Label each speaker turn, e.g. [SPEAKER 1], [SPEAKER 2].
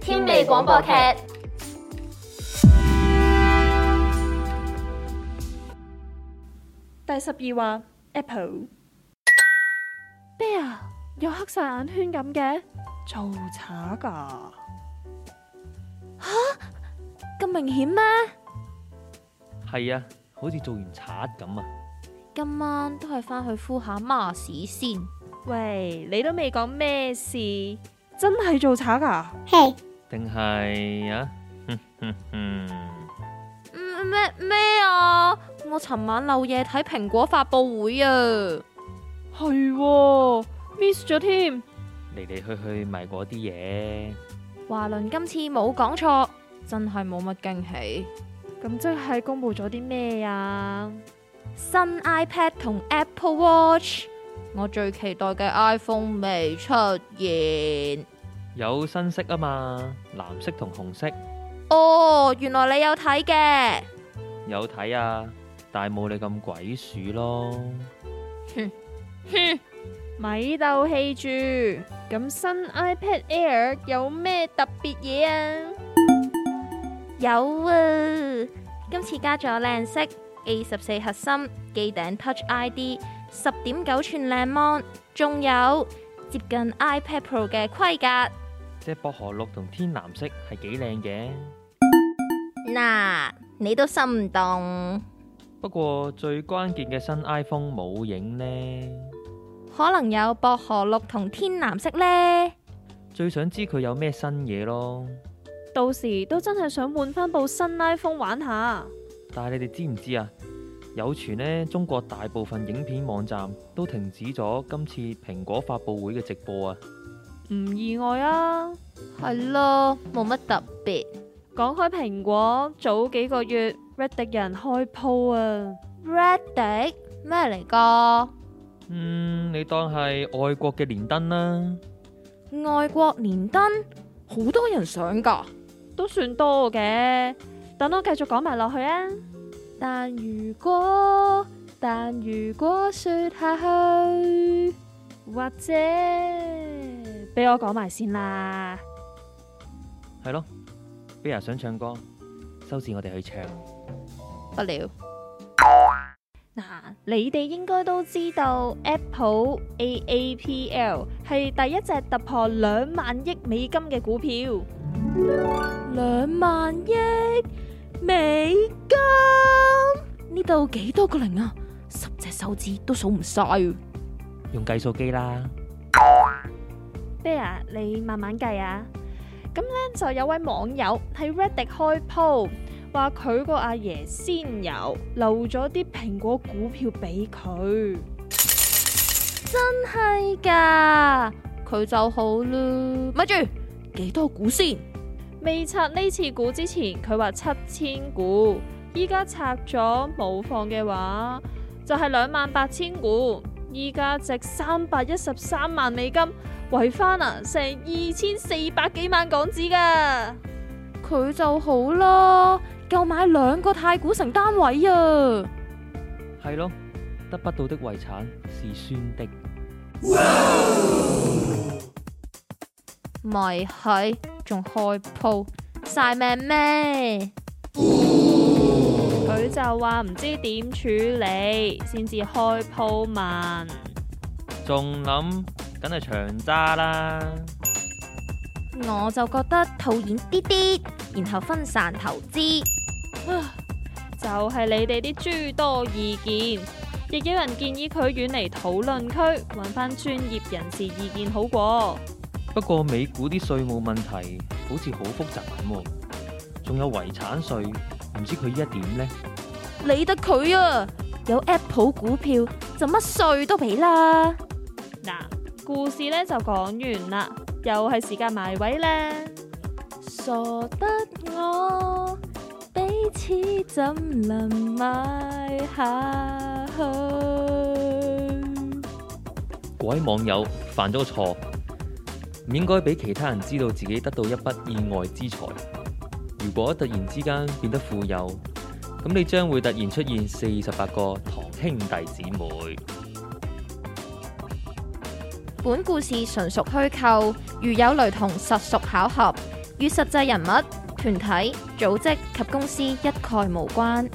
[SPEAKER 1] 廣播劇。
[SPEAKER 2] 第十二話 Apple
[SPEAKER 3] 咩啊？有黑晒眼圈咁嘅，
[SPEAKER 2] 做賊噶，
[SPEAKER 3] 咁明顯咩？
[SPEAKER 4] 係啊，好似做完賊咁啊！
[SPEAKER 3] 今晚都係翻去敷下 m 屎先。
[SPEAKER 2] 喂，你都未講咩事，真係做賊噶？
[SPEAKER 1] 嘿，
[SPEAKER 4] 定係啊？哼哼哼
[SPEAKER 3] 嗯咩咩啊？我尋晚漏夜睇蘋果發佈會啊！
[SPEAKER 2] 係喎，miss 咗添。
[SPEAKER 4] 嚟嚟去去咪嗰啲嘢，
[SPEAKER 3] 華倫今次冇講錯，真係冇乜驚喜。
[SPEAKER 2] 咁即係公布咗啲咩啊？
[SPEAKER 3] 新 iPad 同 Apple Watch，我最期待嘅 iPhone 未出現。
[SPEAKER 4] 有新色啊嘛，藍色同紅色
[SPEAKER 3] 哦，原來你有睇嘅。
[SPEAKER 4] 有睇啊，但係冇你咁鬼鼠咯。
[SPEAKER 3] 哼，
[SPEAKER 2] 咪鬥氣住，咁新 iPad Air 有咩特別嘢啊？
[SPEAKER 3] 有啊，今次加咗靚色 A 十四核心、機頂 Touch ID、十點九寸靚 mon，仲有接近 iPad Pro 嘅規格。
[SPEAKER 4] 即係薄荷綠同天藍色係幾靚嘅，
[SPEAKER 3] 嗱，你都心動，
[SPEAKER 4] 不過最關鍵嘅新 iPhone 冇影呢，
[SPEAKER 3] 可能有薄荷綠同天藍色呢。
[SPEAKER 4] 最想知佢有咩新嘢咯。
[SPEAKER 2] 到時都真係想換翻部新 iPhone 玩下。
[SPEAKER 4] 但係你哋知唔知啊？有傳呢，中國大部分影片網站都停止咗今次蘋果發佈會嘅直播啊！
[SPEAKER 2] 唔意外啊！
[SPEAKER 3] 係咯，冇乜特別。
[SPEAKER 2] 講開蘋果，早幾個月 Reddit 人開鋪啊，
[SPEAKER 3] Reddit 咩嚟噶？
[SPEAKER 4] 嗯，你當係外國嘅連登啦，
[SPEAKER 3] 外國連登好多人上噶。
[SPEAKER 2] 都算多嘅。等我繼續講埋落去啊！
[SPEAKER 3] 但如果，但如果說下去，
[SPEAKER 2] 或者俾我講埋先啦。
[SPEAKER 4] 係咯。Bea 想唱歌，收視我哋去唱。
[SPEAKER 3] 不了。
[SPEAKER 2] 嗱，你哋應該都知道 Apple AAPL 係第一隻突破兩萬億美金嘅股票。
[SPEAKER 3] 兩萬億美金，呢度幾多個零啊？十隻手指都數唔晒啊。
[SPEAKER 4] 用計數機啦，
[SPEAKER 2] Bear，你啊慢慢計啊。咁呢，就有位網友喺 Reddit 開鋪，話佢個阿爺先有留咗啲蘋果股票俾佢。
[SPEAKER 3] 真係噶，佢就好啦。咪住，幾多股先？
[SPEAKER 2] 未拆呢次股之前，佢話七千股，依家拆咗冇放嘅話，就係兩萬八千股，依家值三百一十三萬美金，圍翻啊成二千四百幾萬港紙噶。
[SPEAKER 3] 佢就好啦，夠買兩個太古城單位啊！
[SPEAKER 4] 係咯，得不到的遺產是酸的。
[SPEAKER 3] 咪係，仲開鋪晒命咩？
[SPEAKER 2] 佢就話唔知點處理，先至開鋪問。
[SPEAKER 4] 仲諗，梗係長揸啦。
[SPEAKER 3] 我就覺得套現啲啲，然後分散投資。
[SPEAKER 2] 就係、你哋啲諸多意見，亦有人建議佢遠離討論區，揾翻專業人士意見好過。
[SPEAKER 4] 不過美股啲稅務問題好似好複雜咁喎，仲有遺產稅，唔知佢依家點呢？
[SPEAKER 3] 理得佢啊！有 Apple 股票就乜稅都俾啦。
[SPEAKER 2] 嗱，故事呢就講完啦，又係時間埋位啦。
[SPEAKER 3] 傻得我，彼此怎能買下去？
[SPEAKER 4] 各位網友犯咗個錯，唔應該俾其他人知道自己得到一筆意外之財。如果突然之間變得富有，咁你將會突然出現四十八個堂兄弟姊妹。
[SPEAKER 3] 本故事純屬虛構，如有雷同，實屬巧合。與實際人物、團體、組織及公司一概無關。